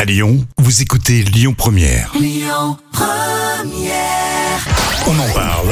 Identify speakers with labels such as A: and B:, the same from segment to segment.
A: À Lyon, vous écoutez Lyon Première. On en parle.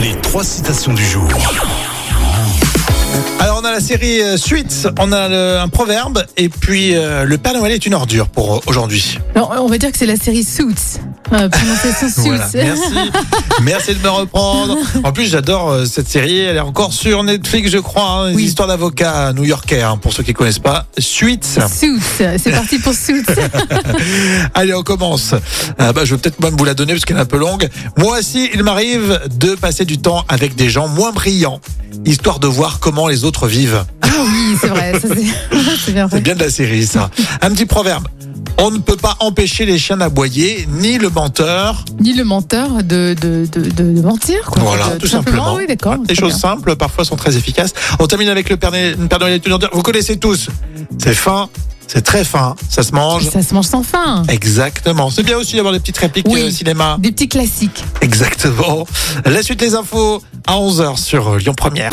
A: Les trois citations du jour.
B: Alors on a la série euh, Suite, on a le- un proverbe et puis euh, le Père Noël est une ordure pour euh, aujourd'hui.
C: Alors, on va dire que c'est la série Suits. Euh, prononciation Suits.
B: Voilà, merci. merci de me reprendre. En plus j'adore euh, cette série, elle est encore sur Netflix je crois, hein,
C: Oui.
B: histoire d'avocat new-yorkais hein, pour ceux qui connaissent pas. Suite.
C: Suits. C'est parti pour Suits.
B: Allez on commence. Ah bah, je vais peut-être même vous la donner parce qu'elle est un peu longue. Moi aussi il m'arrive de passer du temps avec des gens moins brillants, histoire de voir comment les autres vivent.
C: oui, c'est vrai. ça, c'est- c'est bien
B: C'est
C: vrai.
B: bien de la série, ça. Un petit proverbe. On ne peut pas empêcher les chiens d'aboyer, ni le menteur.
C: Ni le menteur de, de, de, de- de mentir, quoi.
B: Voilà,
C: De-
B: tout, simplement.
C: Oui, d'accord.
B: Des
C: très
B: choses
C: bien.
B: simples, parfois, sont très efficaces. On termine avec le Père Noël Père Noël est une ordure. Vous connaissez tous. C'est fin, c'est très fin, ça se mange.
C: Ça se mange sans fin.
B: Exactement. C'est bien aussi d'avoir des petites répliques
C: Oui.
B: euh, cinéma.
C: Des petits classiques.
B: Exactement. La suite des infos à 11h sur Lyon Première.